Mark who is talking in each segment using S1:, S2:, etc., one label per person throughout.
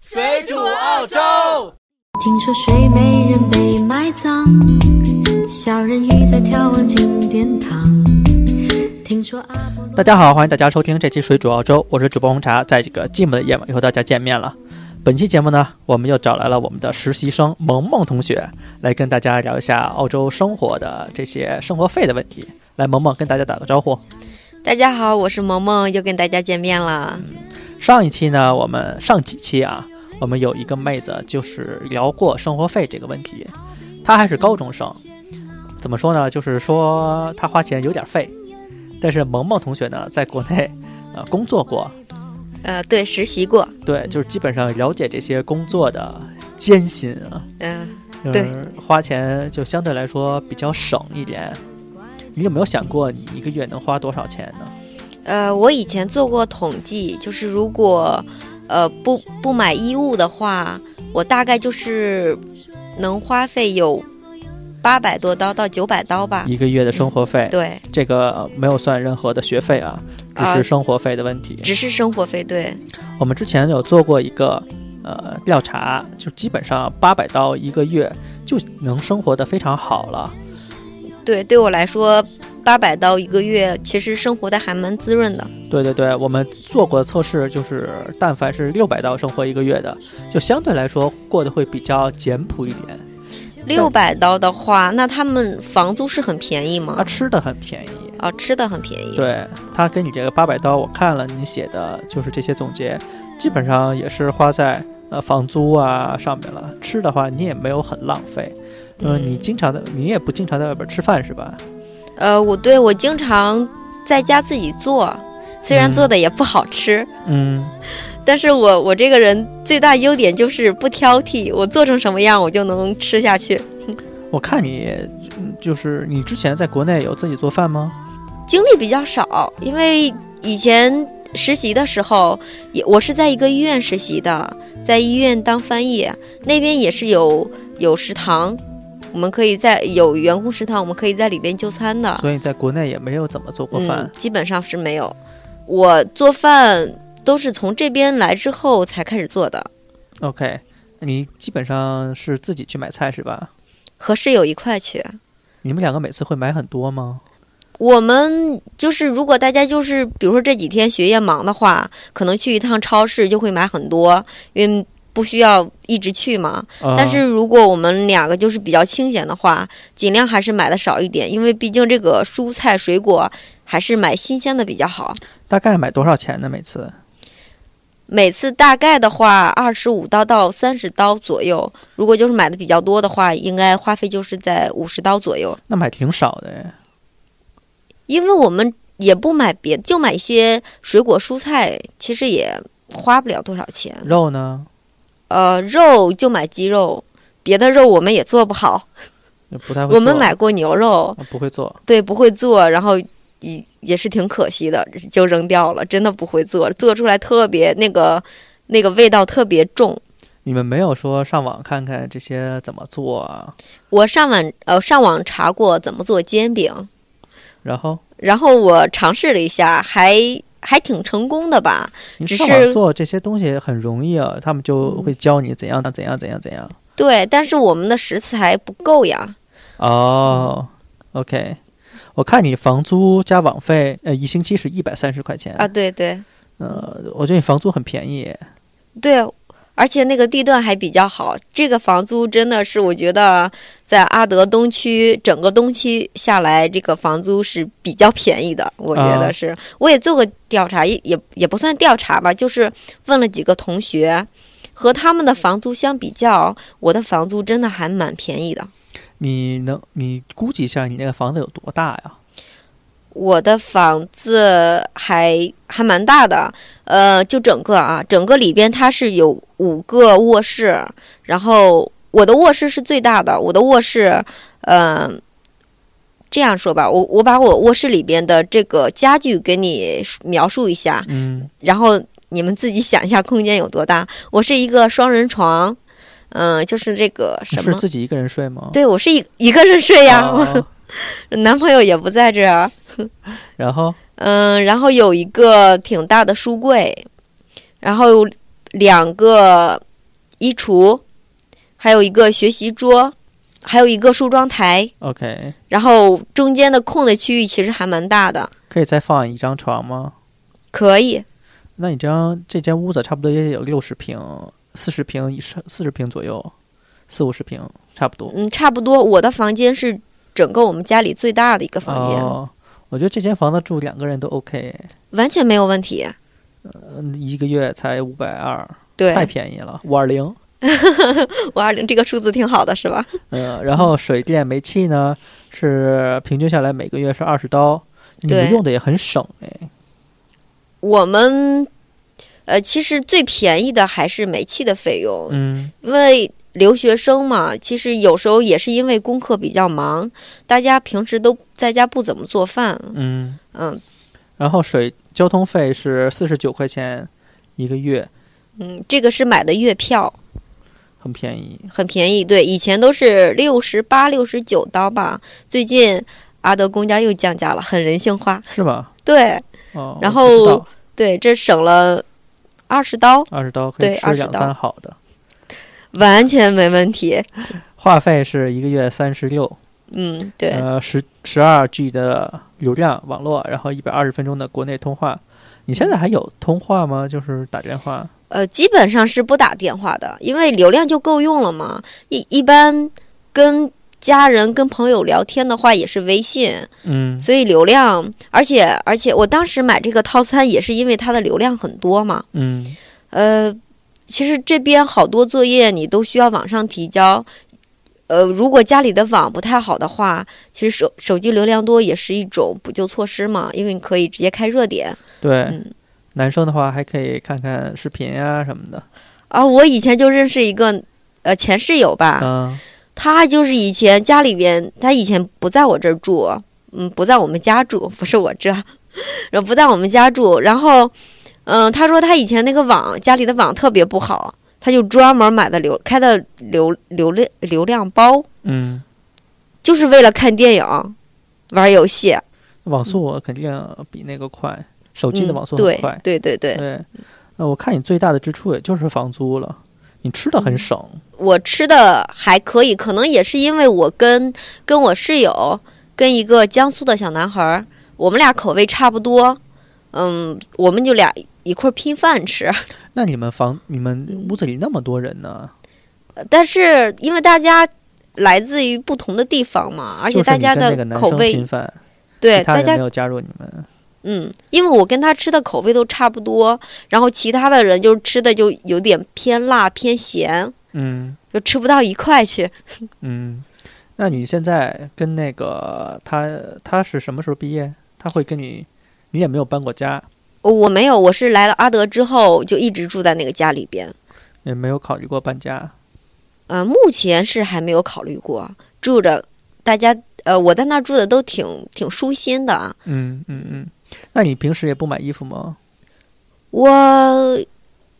S1: 水煮澳洲。
S2: 听说睡美人被埋葬，小人鱼在眺望金殿堂。听说阿波罗
S3: 大家好，欢迎大家收听这期《水煮澳洲》，我是主播红茶，在这个寂寞的夜晚又和大家见面了。本期节目呢，我们又找来了我们的实习生萌萌同学来跟大家聊一下澳洲生活的这些生活费的问题。来，萌萌跟大家打个招呼。
S4: 大家好，我是萌萌，又跟大家见面了。
S3: 上一期呢，我们上几期啊，我们有一个妹子就是聊过生活费这个问题，她还是高中生，怎么说呢？就是说她花钱有点费，但是萌萌同学呢，在国内呃工作过，
S4: 呃，对，实习过，
S3: 对，就是基本上了解这些工作的艰辛啊，
S4: 嗯、
S3: 就
S4: 对
S3: 是花钱就相对来说比较省一点。你有没有想过你一个月能花多少钱呢？
S4: 呃，我以前做过统计，就是如果呃不不买衣物的话，我大概就是能花费有八百多刀到九百刀吧。
S3: 一个月的生活费，
S4: 啊嗯对，
S3: 这个呃没有算任何的学费啊，只
S4: 啊
S3: 是生活费的问题。
S4: 只是生活费，对，
S3: 我们之前有做过一个呃调查，就基本上八百刀一个月就能生活的非常好了。
S4: 对，对我来说，八百刀一个月，其实生活的还蛮滋润的。
S3: 对对对，我们做过测试，就是但凡是六百刀生活一个月的，就相对来说过得会比较简朴一点。
S4: 六百刀的话，那他们房租是很便宜
S3: 它
S4: 吗？
S3: 吃的很便宜，
S4: 啊，吃的很便宜。
S3: 对它跟你这个八百刀，我看了你写的就是这些总结，基本上也是花在呃房租啊上面了。吃的话你也没有很浪费，嗯、你经常的你也不经常在外边吃饭是吧？
S4: 呃，我对我经常在家自己做，虽然
S3: 嗯
S4: 做的也不好吃，
S3: 嗯，
S4: 但是我我这个人最大优点就是不挑剔，我做成什么样我就能吃下去。
S3: 我看你嗯就是你之前在国内有自己做饭吗？
S4: 经历比较少，因为以前实习的时候，也我是在一个医院实习的，在医院当翻译，那边也是有有食堂，我们可以在有员工食堂，我们可以在里边就餐的。
S3: 所以在国内也没有怎么做过饭。
S4: 嗯，基本上是没有。我做饭都是从这边来之后才开始做的，
S3: OK，你基本上是自己去买菜是吧？
S4: 和室友一块去。
S3: 你们两个每次会买很多吗？
S4: 我们就是，如果大家就是，比如说这几天学业忙的话，可能去一趟超市就会买很多，因为不需要一直去嘛。
S3: 呃
S4: 但是如果我们两个就是比较清闲的话，尽量还是买的少一点，因为毕竟这个蔬菜水果还是买新鲜的比较好。
S3: 大概买多少钱呢？每次
S4: 每次大概的话，二十五刀到三十刀左右。如果就是买的比较多的话，应该花费就是在五十刀左右。
S3: 那买挺少的哎。
S4: 因为我们也不买别，就买一些水果蔬菜，其实也花不了多少钱。
S3: 肉呢
S4: 呃，肉就买鸡肉，别的肉我们也做不好。
S3: 也不太会做。啊
S4: 我们买过牛肉，
S3: 我不会做，
S4: 对，不会做，然后也也是挺可惜的，就扔掉了。真的不会做，做出来特别那个那个味道特别重。
S3: 你们没有说上网看看这些怎么做啊？
S4: 我上网呃上网查过怎么做煎饼，
S3: 然后
S4: 然后我尝试了一下，还还挺成功的吧。
S3: 你
S4: 只
S3: 上网
S4: 是嗯
S3: 做这些东西很容易啊，他们就会教你怎样怎样怎样怎样。
S4: 对，但是我们的食材不够呀。
S3: 哦，OK，我看你房租加网费，呃，一星期是一百三十块钱
S4: 啊，对对
S3: 呃，我觉得你房租很便宜。
S4: 对，而且那个地段还比较好，这个房租真的是我觉得在阿德东区整个东区下来，这个房租是比较便宜的，我觉
S3: 啊
S4: 得是。我也做过调查，也也也不算调查吧，就是问了几个同学。和他们的房租相比较，我的房租真的还蛮便宜的。
S3: 你能你估计一下你那个房子有多大呀？
S4: 我的房子还还蛮大的，呃，就整个啊，整个里边它是有五个卧室，然后我的卧室是最大的，我的卧室，呃，这样说吧，我我把我卧室里边的这个家具给你描述一下，
S3: 嗯，
S4: 然后你们自己想一下空间有多大。我是一个双人床，嗯、就是这个
S3: 你
S4: 什
S3: 是
S4: 么，
S3: 自己一个人睡吗？
S4: 对我是一一个人睡呀，
S3: 哦
S4: 男朋友也不在这儿。啊
S3: 然后
S4: 嗯，然后有一个挺大的书柜，然后有两个衣橱，还有一个学习桌，还有一个梳妆台，
S3: OK，
S4: 然后中间的空的区域其实还蛮大的，
S3: 可以再放一张床吗？
S4: 可以。
S3: 那你这样这间屋子差不多也有六十平、四十平以上、四十平左右，四五十平差不多。
S4: 嗯，差不多。我的房间是整个我们家里最大的一个房间，
S3: 哦，我觉得这间房子住两个人都 OK，
S4: 完全没有问题。
S3: 嗯，一个月才五百二，
S4: 对，
S3: 太便宜了，五二零。
S4: 五二零这个数字挺好的，是吧？
S3: 嗯，然后水电煤气呢是平均下来每个月是二十刀，你们
S4: 对
S3: 用的也很省哎。
S4: 我们呃，其实最便宜的还是煤气的费用，
S3: 嗯，
S4: 因为留学生嘛，其实有时候也是因为功课比较忙，大家平时都在家不怎么做饭。
S3: 嗯，
S4: 嗯
S3: 然后水交通费是四十九块钱一个月，
S4: 嗯，这个是买的月票，
S3: 很便宜。
S4: 很便宜。对，以前都是六十八、六十九刀吧，最近阿德公交又降价了，很人性化。
S3: 是吧？
S4: 对
S3: 哦，
S4: 然后对，这省了二十刀，
S3: 二十刀可以
S4: 对
S3: 吃
S4: 20
S3: 两
S4: 刀
S3: 三好的。
S4: 完全没问题。
S3: 话费是一个月三十六，
S4: 嗯，对。
S3: 呃，十十二 G 的流量网络，然后一百二十分钟的国内通话。你现在还有通话吗？就是打电话。
S4: 呃，基本上是不打电话的，因为流量就够用了嘛。一一般跟家人、跟朋友聊天的话也是微信，
S3: 嗯
S4: 所以流量，而且而且我当时买这个套餐也是因为它的流量很多嘛。
S3: 嗯，
S4: 呃，其实这边好多作业你都需要网上提交。呃，如果家里的网不太好的话，其实手手机流量多也是一种补救措施嘛，因为你可以直接开热点。
S3: 对。
S4: 嗯
S3: 男生的话还可以看看视频啊什么的。
S4: 啊，我以前就认识一个呃前室友吧，
S3: 嗯
S4: 他就是以前家里边，他以前不在我这儿住，嗯，不在我们家住，不是我这， 然后不在我们家住。然后，嗯，他说他以前那个网，家里的网特别不好，他就专门买的流开的流流量流量包，
S3: 嗯，
S4: 就是为了看电影、玩游戏。
S3: 网速肯定比那个快，手机的
S4: 嗯
S3: 网速很
S4: 对
S3: 快。
S4: 对对对，
S3: 对，那我看你最大的支出也就是房租了，你吃
S4: 嗯
S3: 的很省。
S4: 我吃的还可以，可能也是因为我跟跟我室友跟一个江苏的小男孩儿，我们俩口味差不多，嗯，我们就俩一块儿拼饭吃。
S3: 那你们房你们屋子里那么多人呢，
S4: 呃但是因为大家来自于不同的地方嘛，而
S3: 而
S4: 且大家的口味、
S3: 频繁，
S4: 对
S3: 其他
S4: 大
S3: 人
S4: 家
S3: 没有加入你们。
S4: 嗯，因为我跟他吃的口味都差不多，然后其他的人就吃的就有点偏辣偏咸，
S3: 嗯
S4: 就吃不到一块去。
S3: 嗯，那你现在跟那个他他是什么时候毕业？他会跟你，你也没有搬过家，
S4: 我没有，我是来了阿德之后就一直住在那个家里边。
S3: 也没有考虑过搬家。
S4: 呃，目前是还没有考虑过住着，大家呃，我在那儿住的都挺挺舒心的啊。
S3: 嗯嗯嗯，那你平时也不买衣服吗？
S4: 我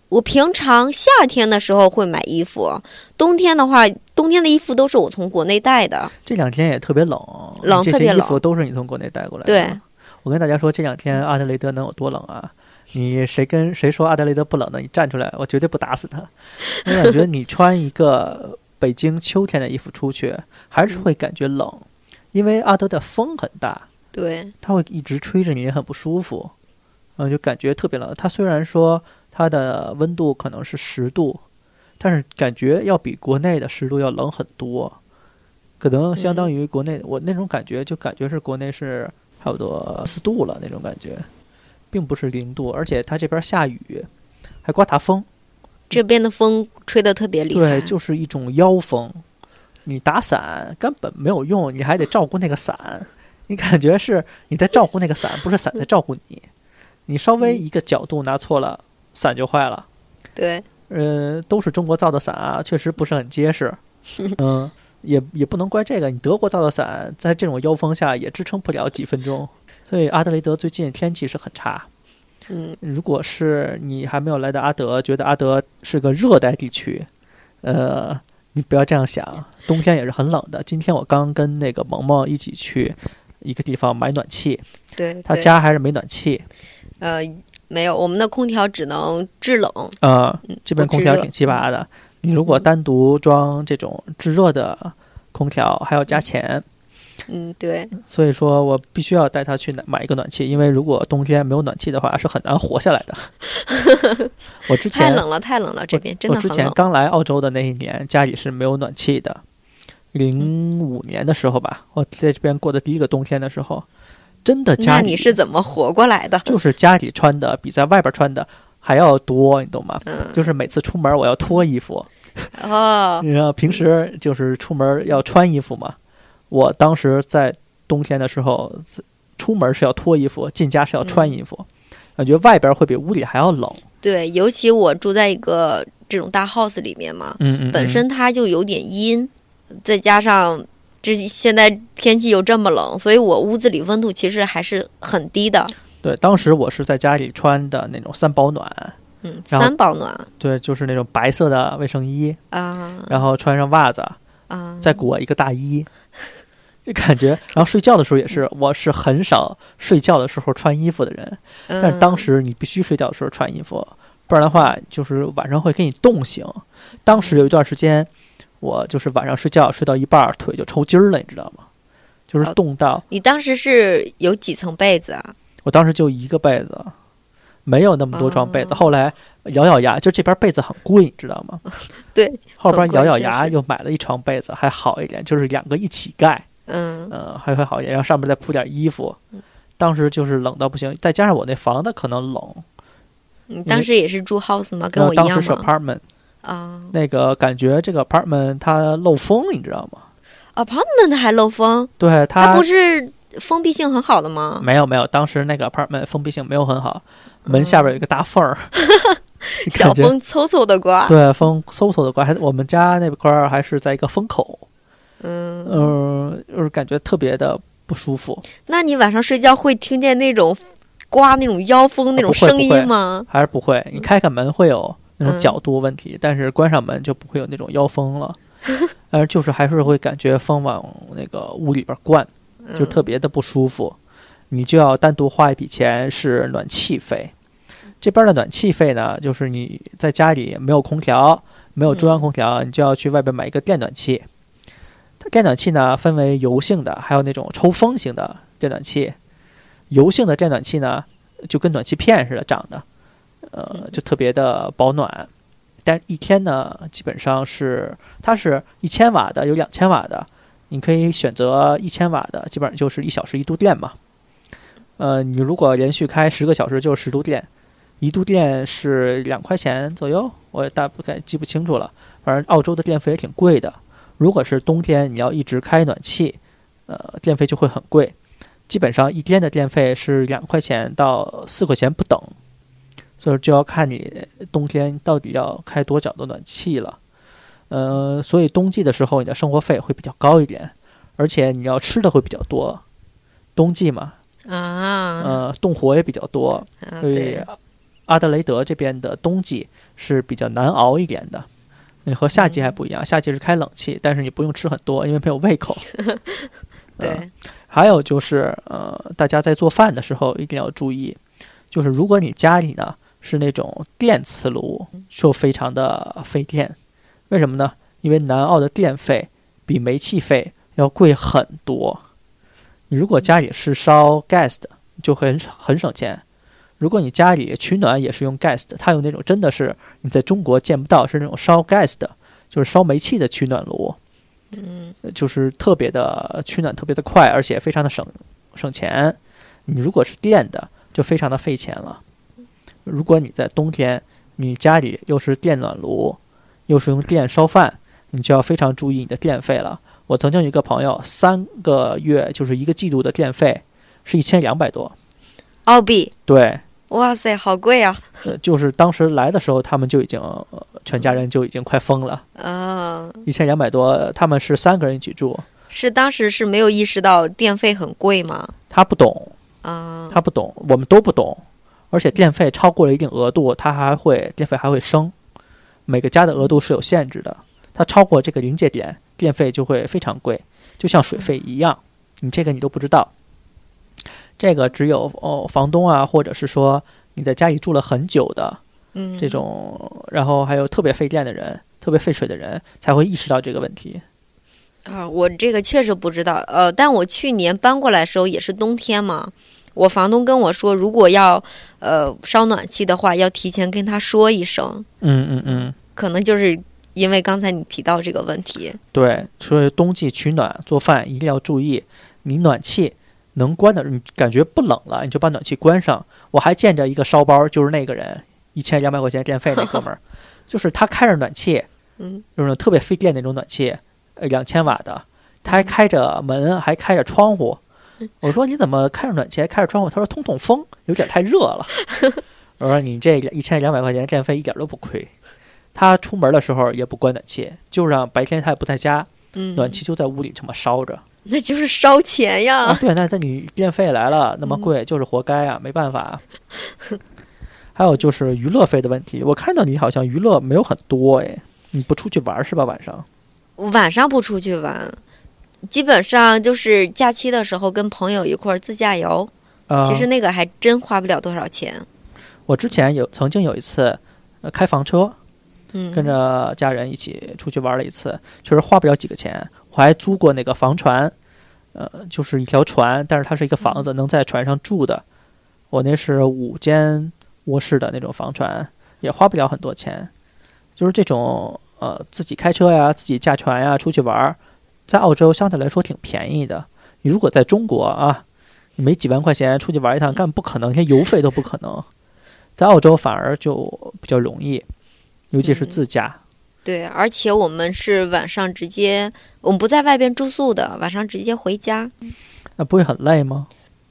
S4: 我平常夏天的时候会买衣服，冬天的话，冬天的衣服都是我从国内带的。
S3: 这两天也特别冷，你
S4: 冷
S3: 这
S4: 特
S3: 些
S4: 别
S3: 衣
S4: 冷
S3: 服都是你从国内带过来的。
S4: 对，
S3: 我跟大家说，这两天阿德雷德能有多冷啊？你谁跟谁说阿德雷德不冷的？你站出来，我绝对不 打死他。我感觉你穿一个北京秋天的衣服出去，还是会感觉冷，因为阿德的风很大，
S4: 对，
S3: 它会一直吹着你，也很不舒服，嗯、就感觉特别冷。它虽然说它的温度可能是十度，但是感觉要比国内的十度要冷很多，可能相当于国内、我那种感觉，就感觉是国内是差不多四度了那种感觉，并不是零度，而且它这边下雨，还刮大风，
S4: 这边的风吹得特别厉害。
S3: 对，就是一种妖风。你打伞根本没有用，你还得照顾那个伞。你感觉是你在照顾那个伞，不是伞在照顾你。你稍微
S4: 嗯
S3: 一个角度拿错了，伞就坏了。
S4: 对，
S3: 呃，都是中国造的伞啊，确实不是很 结实。嗯，也也不能怪这个，你德国造的伞在这种妖风下也支撑不了几分钟。所以阿德雷德最近天气是很差。
S4: 嗯，
S3: 如果是你还没有来到阿德，觉得阿德是个热带地区，呃，你不要这样想，冬天也是很冷的。今天我刚跟那个萌萌一起去一个地方买暖气，
S4: 对，
S3: 他
S4: 对
S3: 家还是没暖气，
S4: 呃没有，我们的空调只能制冷。
S3: 呃，这边
S4: 不
S3: 空
S4: 制
S3: 调
S4: 热
S3: 挺奇葩的，你如果单独装这种制热的空调，还要加钱，
S4: 嗯，对，
S3: 所以说我必须要带他去买买一个暖气，因为如果冬天没有暖气的话，是很难活下来的。我之
S4: 太
S3: 前
S4: 冷了，太冷了，这边真的
S3: 我之
S4: 很
S3: 前
S4: 冷。
S3: 刚来澳洲的那一年，家里是没有暖气的。
S4: 嗯
S3: 零五年的时候吧，我在这边过的第一个冬天的时候，真的家
S4: 那
S3: 里
S4: 你是怎么活过来的？
S3: 就是家里穿的比在外边穿的还要多，你懂吗？
S4: 嗯，
S3: 就是每次出门我要脱衣服，
S4: 哦，
S3: 你知道平时就是出门要穿衣服嘛。我当时在冬天的时候，自出门是要脱衣服，进家是要
S4: 嗯
S3: 穿衣服，感觉外边会比屋里还要冷。
S4: 对，尤其我住在一个这种大 house 里面嘛，
S3: 嗯嗯，
S4: 本身它就有点阴，再加上这现在天气又这么冷，所以我屋子里温度其实还是很低的。
S3: 对，当时我是在家里穿的那种三保暖，
S4: 嗯，
S3: 然后
S4: 三保暖
S3: 对，就是那种白色的卫生衣，
S4: 啊
S3: 然后穿上袜子，
S4: 啊，
S3: 再裹一个大衣， 就感觉。然后睡觉的时候也是，我是很少睡觉的时候穿衣服的人，
S4: 嗯
S3: 但是当时你必须睡觉的时候穿衣服，不然的话就是晚上会给你冻醒。当时有一段时间，我就是晚上睡觉睡到一半儿腿就抽筋儿了，你知道吗？就是
S4: 哦
S3: 冻到
S4: 嗯，你当时是有几层被子啊？
S3: 我当时就一个被子，没有那么多床被子。后来咬咬牙，就这边被子很贵，你知道吗？
S4: 对，
S3: 后边
S4: 很贵
S3: 咬咬
S4: 确
S3: 牙
S4: 实
S3: 又买了一床被子，还好一点，就是两个一起盖，
S4: 嗯
S3: 嗯、还会好一点，然后上面再铺点衣服。当时就是冷到不行，再加上我那房子可能冷，
S4: 你当时也是住 house 吗？跟我
S3: 然后
S4: 一
S3: 嗯当时
S4: 样
S3: 是
S4: 吗？
S3: apartment，
S4: 啊
S3: 那个感觉这个 apartment 它漏风，你知道吗？
S4: ，apartment 还漏风，
S3: 对
S4: 它
S3: 它
S4: 不是封闭性很好的吗？
S3: 没有没有，当时那个 apartment 封闭性没有很好，门下边有一个大 缝儿，
S4: 嗯
S3: 你
S4: 小
S3: 感觉
S4: 风嗖嗖的刮，
S3: 对风嗖嗖的刮，还我们家那块儿还是在一个风口，
S4: 嗯，
S3: 嗯、就是感觉特别的不舒服，
S4: 那你晚上睡觉会听见那种刮那种妖风那种
S3: 啊不会
S4: 声
S3: 不会
S4: 音吗？
S3: 还是不会。你开开门会有那种
S4: 嗯
S3: 角度问题，但是关上门就不会有那种妖风了。但是就是还是会感觉风往那个屋里边灌，
S4: 嗯
S3: 就特别的不舒服。你就要单独花一笔钱是暖气费。这边的暖气费呢，就是你在家里没有空调，没有中央空调，你就要去外边买一个电暖气。它电暖气呢分为油性的，还有那种抽风型的电暖气。油性的电暖气呢，就跟暖气片似的长的，呃
S4: 嗯，
S3: 就特别的保暖。但一天呢，基本上是它是一千瓦的，有两千瓦的，你可以选择一千瓦的，基本上就是一小时一度电嘛。呃，你如果连续开十个小时，就是十度电，一度电是两块钱左右，我也大概记不清楚了。反正澳洲的电费也挺贵的。如果是冬天，你要一直开暖气，呃，电费就会很贵。基本上一天的电费是两块钱到四块钱不等，所以就要看你冬天到底要开多久的暖气了。呃，所以冬季的时候，你的生活费会比较高一点，而且你要吃的会比较多。冬季嘛，
S4: 啊，
S3: 呃，动活也比较多，
S4: 啊
S3: 所以
S4: 对，
S3: 阿德雷德这边的冬季是比较难熬一点的。你和夏季还不一样，夏季是开冷气，但是你不用吃很多，因为没有 胃口。呃
S4: 对，
S3: 还有就是，呃，大家在做饭的时候一定要注意，就是如果你家里呢是那种电磁炉，就非常的费电。为什么呢？因为南澳的电费比煤气费要贵很多。你如果家里是烧 gas 的，就很很省钱。如果你家里取暖也是用 gas 的，它有那种真的是你在中国见不到，是那种烧 gas 的，就是烧煤气的取暖炉。
S4: 嗯
S3: 就是特别的取暖特别的快，而且非常的省省钱。你如果是电的，就非常的费钱了。如果你在冬天，你家里又是电暖炉，又是用电烧饭，你就要非常注意你的电费了。我曾经有一个朋友，三个月就是一个季度的电费是一千两百多，
S4: 澳币，
S3: 对，
S4: 哦哇塞，好贵啊！
S3: 呃，就是当时来的时候，他们就已经、呃全家人就已经快疯了，
S4: 啊，
S3: 一千两百多，他们是三个人一起住，
S4: 是当时是没有意识到电费很贵吗？
S3: 他不懂，
S4: 啊，
S3: 他不懂，我们都不懂，而且电费超过了一定额度，它还会电费还会升。每个家的额度是有限制的，它超过这个临界点，电费就会非常贵，就像水费一样，你这个你都不知道。这个只有哦房东啊，或者是说你在家里住了很久的
S4: 嗯，
S3: 这种，然后还有特别费电的人特别费水的人才会意识到这个问题。
S4: 啊，我这个确实不知道。呃，但我去年搬过来的时候也是冬天嘛，我房东跟我说，如果要呃烧暖气的话，要提前跟他说一声。
S3: 嗯嗯嗯，
S4: 可能就是因为刚才你提到这个问题。
S3: 对，所以冬季取暖做饭一定要注意，你暖气能关的，你感觉不冷了，你就把暖气关上。我还见着一个烧包，就是那个人一千两百块钱电费那哥们儿，就是他开着暖气，
S4: 嗯
S3: 就是特别费电那种暖气，呃，两千瓦的，他还开着门，还开着窗户。我说你怎么开着暖气还开着窗户？他说通通风，有点太热了。我说你这一千两百块钱电费一点都不亏。他出门的时候也不关暖气，就让白天他也不在家，
S4: 嗯，
S3: 暖气就在屋里这么烧着。
S4: 那就是烧钱呀。
S3: 啊，对，那那你电费来了那么
S4: 嗯
S3: 贵，就是活该啊，没办 法啊。还有就是娱乐费的问题，我看到你好像娱乐没有很多哎，你不出去玩儿是吧？晚上？
S4: 我晚上不出去玩，基本上就是假期的时候跟朋友一块儿自驾游。
S3: 啊。
S4: 其实那个还真花不了多少钱。
S3: 我之前有曾经有一次，呃，开房车
S4: 嗯，
S3: 跟着家人一起出去玩了一次，确实花不了几个钱。我还租过那个房船，呃，就是一条船，但是它是一个
S4: 嗯
S3: 房子，能在船上住的。我那是五间卧室的那种房船，也花不了很多钱。就是这种呃，自己开车呀，自己驾船呀，出去玩儿，在澳洲相对来说挺便宜的。你如果在中国啊，你没几万块钱出去玩一趟，干不可能，连油费都不可能。在澳洲反而就比较容易，尤其是自驾。
S4: 对，而且我们是晚上直接，我们不在外边住宿的，晚上直接回家。
S3: 那不会很累吗？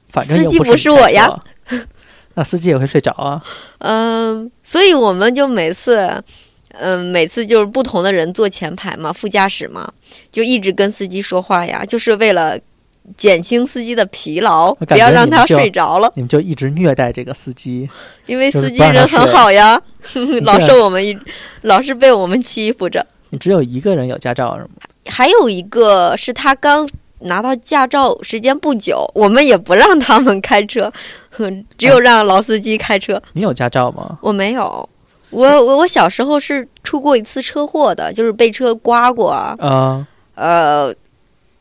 S3: 反正
S4: 司
S3: 又
S4: 机
S3: 不
S4: 不
S3: 是
S4: 是
S3: 你开
S4: 我呀
S3: 车，那司机也会睡着啊。
S4: 嗯，所以我们就每次，嗯，每次就是不同的人坐前排嘛，副驾驶嘛，就一直跟司机说话呀，就是为了减轻司机的疲劳，
S3: 我
S4: 不
S3: 感觉
S4: 要让
S3: 你们
S4: 他
S3: 就
S4: 睡着了，
S3: 你们就一直虐待这个司机，
S4: 因为
S3: 就是
S4: 司机
S3: 不让他
S4: 人很
S3: 睡
S4: 好呀，老
S3: 对
S4: 受我们一，老是被我们欺负着。
S3: 你只有一个人有驾照是吗？
S4: 还有一个是他刚拿到驾照时间不久，我们也不让他们开车， 哼，只有让老司机开车。
S3: 你有驾照吗？
S4: 我没有，我我我小时候是出过一次车祸的，就是被车刮过，
S3: 啊、
S4: 呃，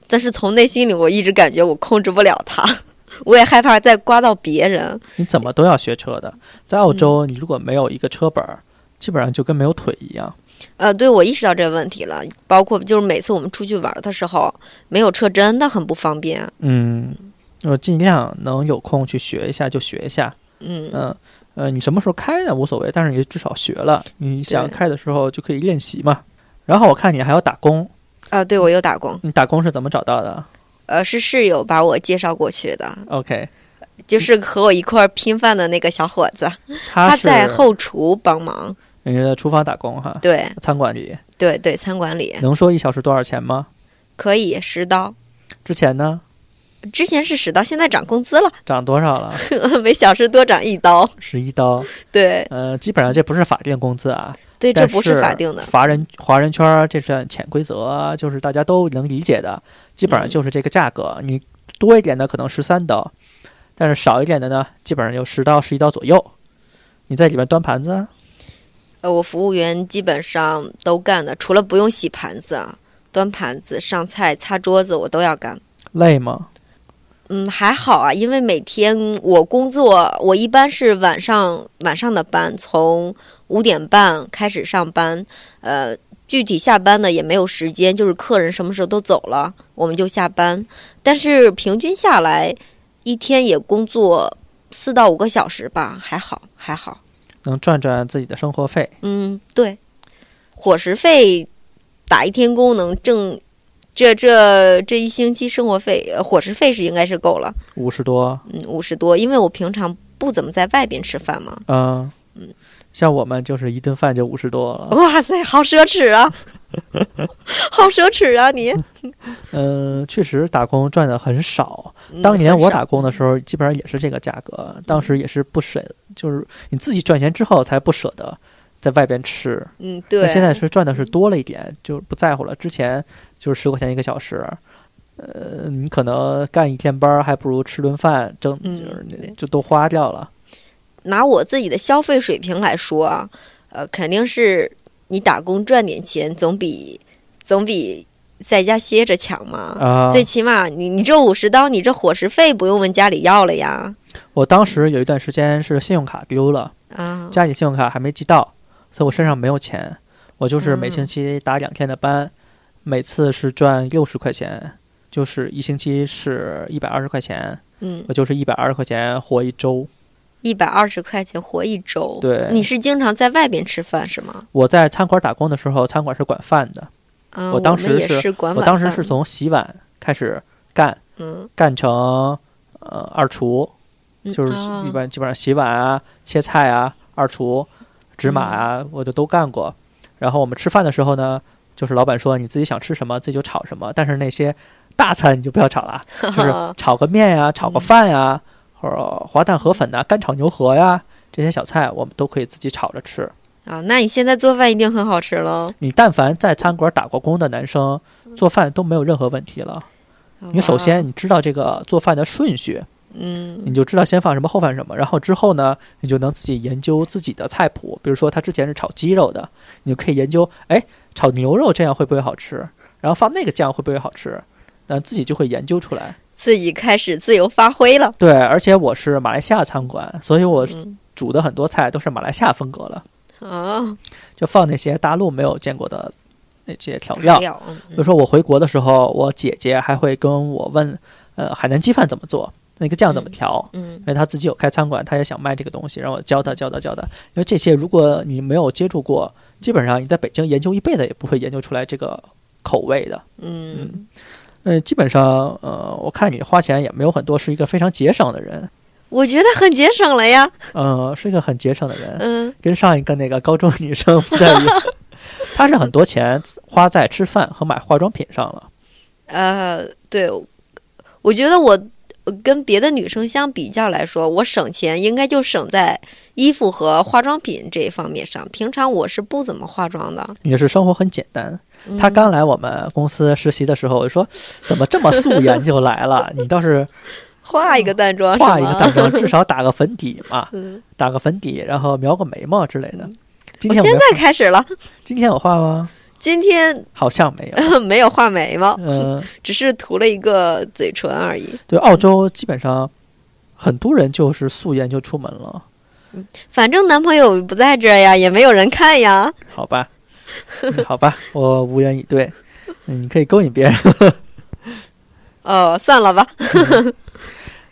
S4: 但是从内心里我一直感觉我控制不了它， 我也害怕再刮到别人。
S3: 你怎么都要学车的。在澳洲，
S4: 嗯
S3: 你如果没有一个车本儿，基本上就跟没有腿一样。
S4: 呃，对，我意识到这个问题了，包括就是每次我们出去玩的时候，没有车真的很不方便。
S3: 嗯，我尽量能有空去学一下就学一下。
S4: 嗯，
S3: 嗯呃，你什么时候开呢无所谓，但是你至少学了，你想
S4: 对
S3: 开的时候就可以练习嘛。然后我看你还要打工，
S4: 啊，对我有打工，
S3: 你打工是怎么找到的
S4: 呃，是室友把我介绍过去的，
S3: ？OK，
S4: 就是和我一块儿拼饭的那个小伙子，他
S3: 他嗯啊是
S4: 在后厨帮忙。
S3: 人家的厨房打工哈，
S4: 对
S3: 餐馆里
S4: 对对，餐馆里
S3: 能说一小时多少钱吗？
S4: 可以十刀，
S3: 之前呢
S4: 之前是十刀，现在涨工资了，
S3: 涨多少了？
S4: 每小时多涨一刀。
S3: 十一刀。
S4: 对
S3: 呃，基本上这不是法定工资啊，
S4: 对，这
S3: 但
S4: 不
S3: 是
S4: 法定的。
S3: 华人华人圈儿这是潜规则啊，就是大家都能理解的，基本
S4: 嗯
S3: 上就是这个价格。你多一点的可能十三刀，但是少一点的呢，基本上就十刀十一刀左右。你在里面端盘子啊，
S4: 呃，我服务员基本上都干的，除了不用洗盘子、啊、端盘子、上菜、擦桌子，我都要干。
S3: 累吗？
S4: 嗯，还好啊，因为每天我工作，我一般是晚上晚上的班，从五点半开始上班，呃，具体下班呢也没有时间，就是客人什么时候都走了，我们就下班。但是平均下来，一天也工作四到五个小时吧，还好还好。
S3: 能赚赚自己的生活费，
S4: 嗯，对，伙食费打一天工能挣，这这这一星期生活费，呃伙食费是应该是够了。
S3: 五十多，
S4: 嗯，五十多，因为我平常不怎么在外边吃饭嘛。
S3: 嗯，像我们就是一顿饭就五十多了。
S4: 哇塞，好奢侈啊！好奢侈啊你！
S3: 嗯，确实打工赚的很少。
S4: 嗯
S3: 当年我打工的时候，基本上也是这个价格，当时也是不舍，就是你自己赚钱之后才不舍得在外边吃。
S4: 嗯，
S3: 那
S4: 对，嗯
S3: 现在是赚的是多了一点，就不在乎了。之前就是十块钱一个小时，呃，你可能干一天班儿，还不如吃顿饭挣，就
S4: 嗯
S3: 是
S4: 对
S3: 就都花掉了。
S4: 拿我自己的消费水平来说啊，呃，肯定是你打工赚点钱，总比总比在家歇着强嘛。
S3: 啊、
S4: 最起码你你这五十刀，你这伙食费不用问家里要了呀。
S3: 我当时有一段时间是信用卡丢了，
S4: 啊，
S3: 家里信用卡还没寄到，所以我身上没有钱。我就是每
S4: 嗯
S3: 星期打两天的班，每次是赚六十块钱，就是一星期是一百二十块钱，
S4: 嗯，
S3: 我就是一百二十块钱活一周。
S4: 一百二十块钱活一周。
S3: 对
S4: 哦你是经常在外边吃饭是吗？
S3: 我在餐馆打工的时候，餐馆是管饭的，
S4: 啊，
S3: 我当时
S4: 们也
S3: 是
S4: 是管
S3: 我
S4: 晚
S3: 当时
S4: 饭
S3: 是从洗碗开始干，
S4: 嗯，
S3: 干成呃二厨，
S4: 嗯
S3: 就是
S4: 啊
S3: 一般基本上洗碗啊、切菜啊、二厨、纸码啊，
S4: 嗯
S3: 我就都干过。然后我们吃饭的时候呢，就是老板说你自己想吃什么，自己就炒什么，但是那些大餐你就不要炒了 啊，就是炒个面呀、炒个
S4: 嗯
S3: 饭呀、或者滑蛋河粉呐、干炒牛河呀、这些小菜，我们都可以自己炒着吃。
S4: 啊，那你现在做饭一定很好吃喽。
S3: 你但凡在餐馆打过工的男生，
S4: 嗯
S3: 做饭都没有任何问题了。你首
S4: 啊
S3: 先你知道这个做饭的顺序，
S4: 嗯，
S3: 你就知道先放什么后放什么，然后之后呢，你就能自己研究自己的菜谱。比如说他之前是炒鸡肉的，你就可以研究，哎，炒牛肉这样会不会好吃？然后放那个酱会不会好吃？嗯，自己就会研究出来。
S4: 自己开始自由发挥了。
S3: 对，而且我是马来西亚餐馆，所以我
S4: 嗯
S3: 煮的很多菜都是马来西亚风格了，
S4: 啊，
S3: 就放那些大陆没有见过的那些调
S4: 不
S3: 料。
S4: 要，嗯
S3: 比如说我回国的时候，我姐姐还会跟我问，呃，海南鸡饭怎么做，那个酱怎么
S4: 嗯
S3: 调，
S4: 嗯
S3: 因为她自己有开餐馆，她也想卖这个东西，让我教她教她教她。因为这些如果你没有接触过，基本上你在北京研究一辈子也不会研究出来这个口味的。
S4: 嗯，
S3: 嗯、基本上，呃，我看你花钱也没有很多，是一个非常节省的人，
S4: 我觉得很节省了呀。
S3: 嗯、是一个很节省的人，
S4: 嗯
S3: 跟上一个那个高中女生不在一样，她是很多钱花在吃饭和买化妆品上了。
S4: 呃，对，我觉得我跟别的女生相比较来说，我省钱应该就省在衣服和化妆品这一方面上。平常我是不怎么化妆的。
S3: 你是生活很简单，他
S4: 嗯
S3: 刚来我们公司实习的时候，我就说怎么这么素颜就来了？你倒是
S4: 化一个淡妆啊是吗，
S3: 画一个淡妆，至少打个粉底嘛，
S4: 嗯，
S3: 打个粉底，然后描个眉毛之类的。今
S4: 我
S3: 天
S4: 现
S3: 我没
S4: 在开始了。
S3: 今天我画吗？
S4: 今天
S3: 好像没 有。
S4: 没有画眉毛，
S3: 嗯、
S4: 只是涂了一个嘴唇而已。
S3: 对，澳洲基本上很多人就是素颜就出门了，
S4: 反正男朋友不在这儿呀，也没有人看呀。
S3: 好吧？嗯好吧，我无言以对。嗯，你可以勾引别人。
S4: 哦，算了吧。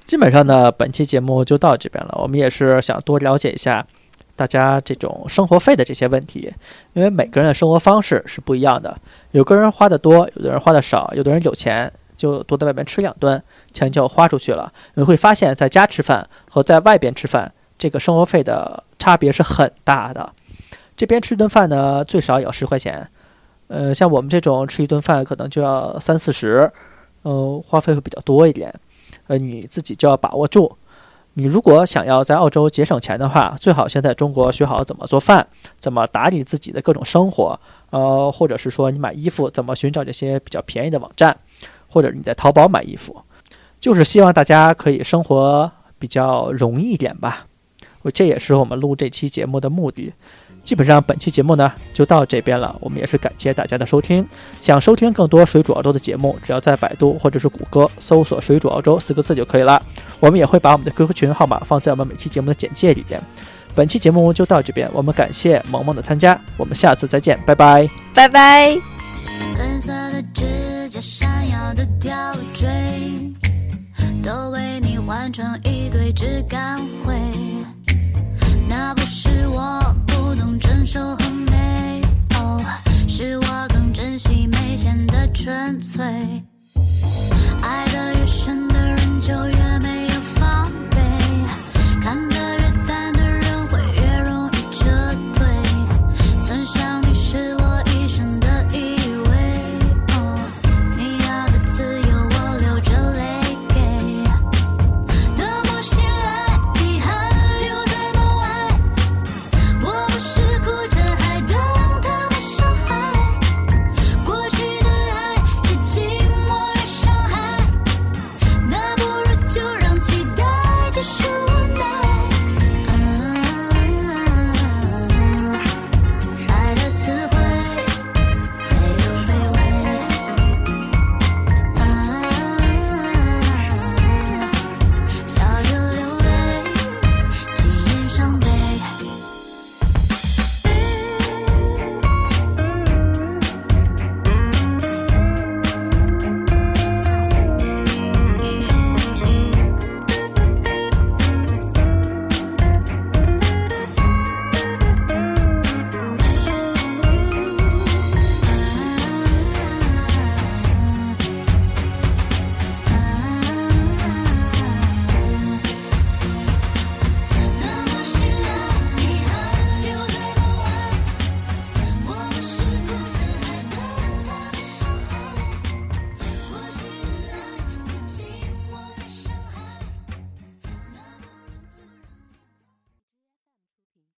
S3: 基本上呢，本期节目就到这边了。我们也是想多了解一下大家这种生活费的这些问题，因为每个人的生活方式是不一样的，有个人花的多，有的人花的少，有的人有钱就多在外面吃两顿，钱就花出去了。你会发现在家吃饭和在外边吃饭，这个生活费的差别是很大的。这边吃顿饭呢，最少也要十块钱，呃，像我们这种吃一顿饭可能就要三四十，呃，花费会比较多一点。呃，你自己就要把握住。你如果想要在澳洲节省钱的话，最好先在中国学好怎么做饭，怎么打理自己的各种生活，呃，或者是说你买衣服怎么寻找这些比较便宜的网站，或者你在淘宝买衣服，就是希望大家可以生活比较容易一点吧。我这也是我们录这期节目的目的。基本上本期节目呢就到这边了，我们也是感谢大家的收听。想收听更多水煮澳洲的节目，只要在百度或者是谷歌搜索“水煮澳洲”四个字就可以了。我们也会把我们的 QQ 群号码放在我们每期节目的简介里边。本期节目就到这边，我们感谢萌萌的参加，我们下次再见，拜拜。
S4: 拜拜。
S2: 粉色的指甲，闪耀的吊坠，都为你换成一堆质感灰。那不是我不懂珍惜和美，哦，是我更珍惜没钱的纯粹。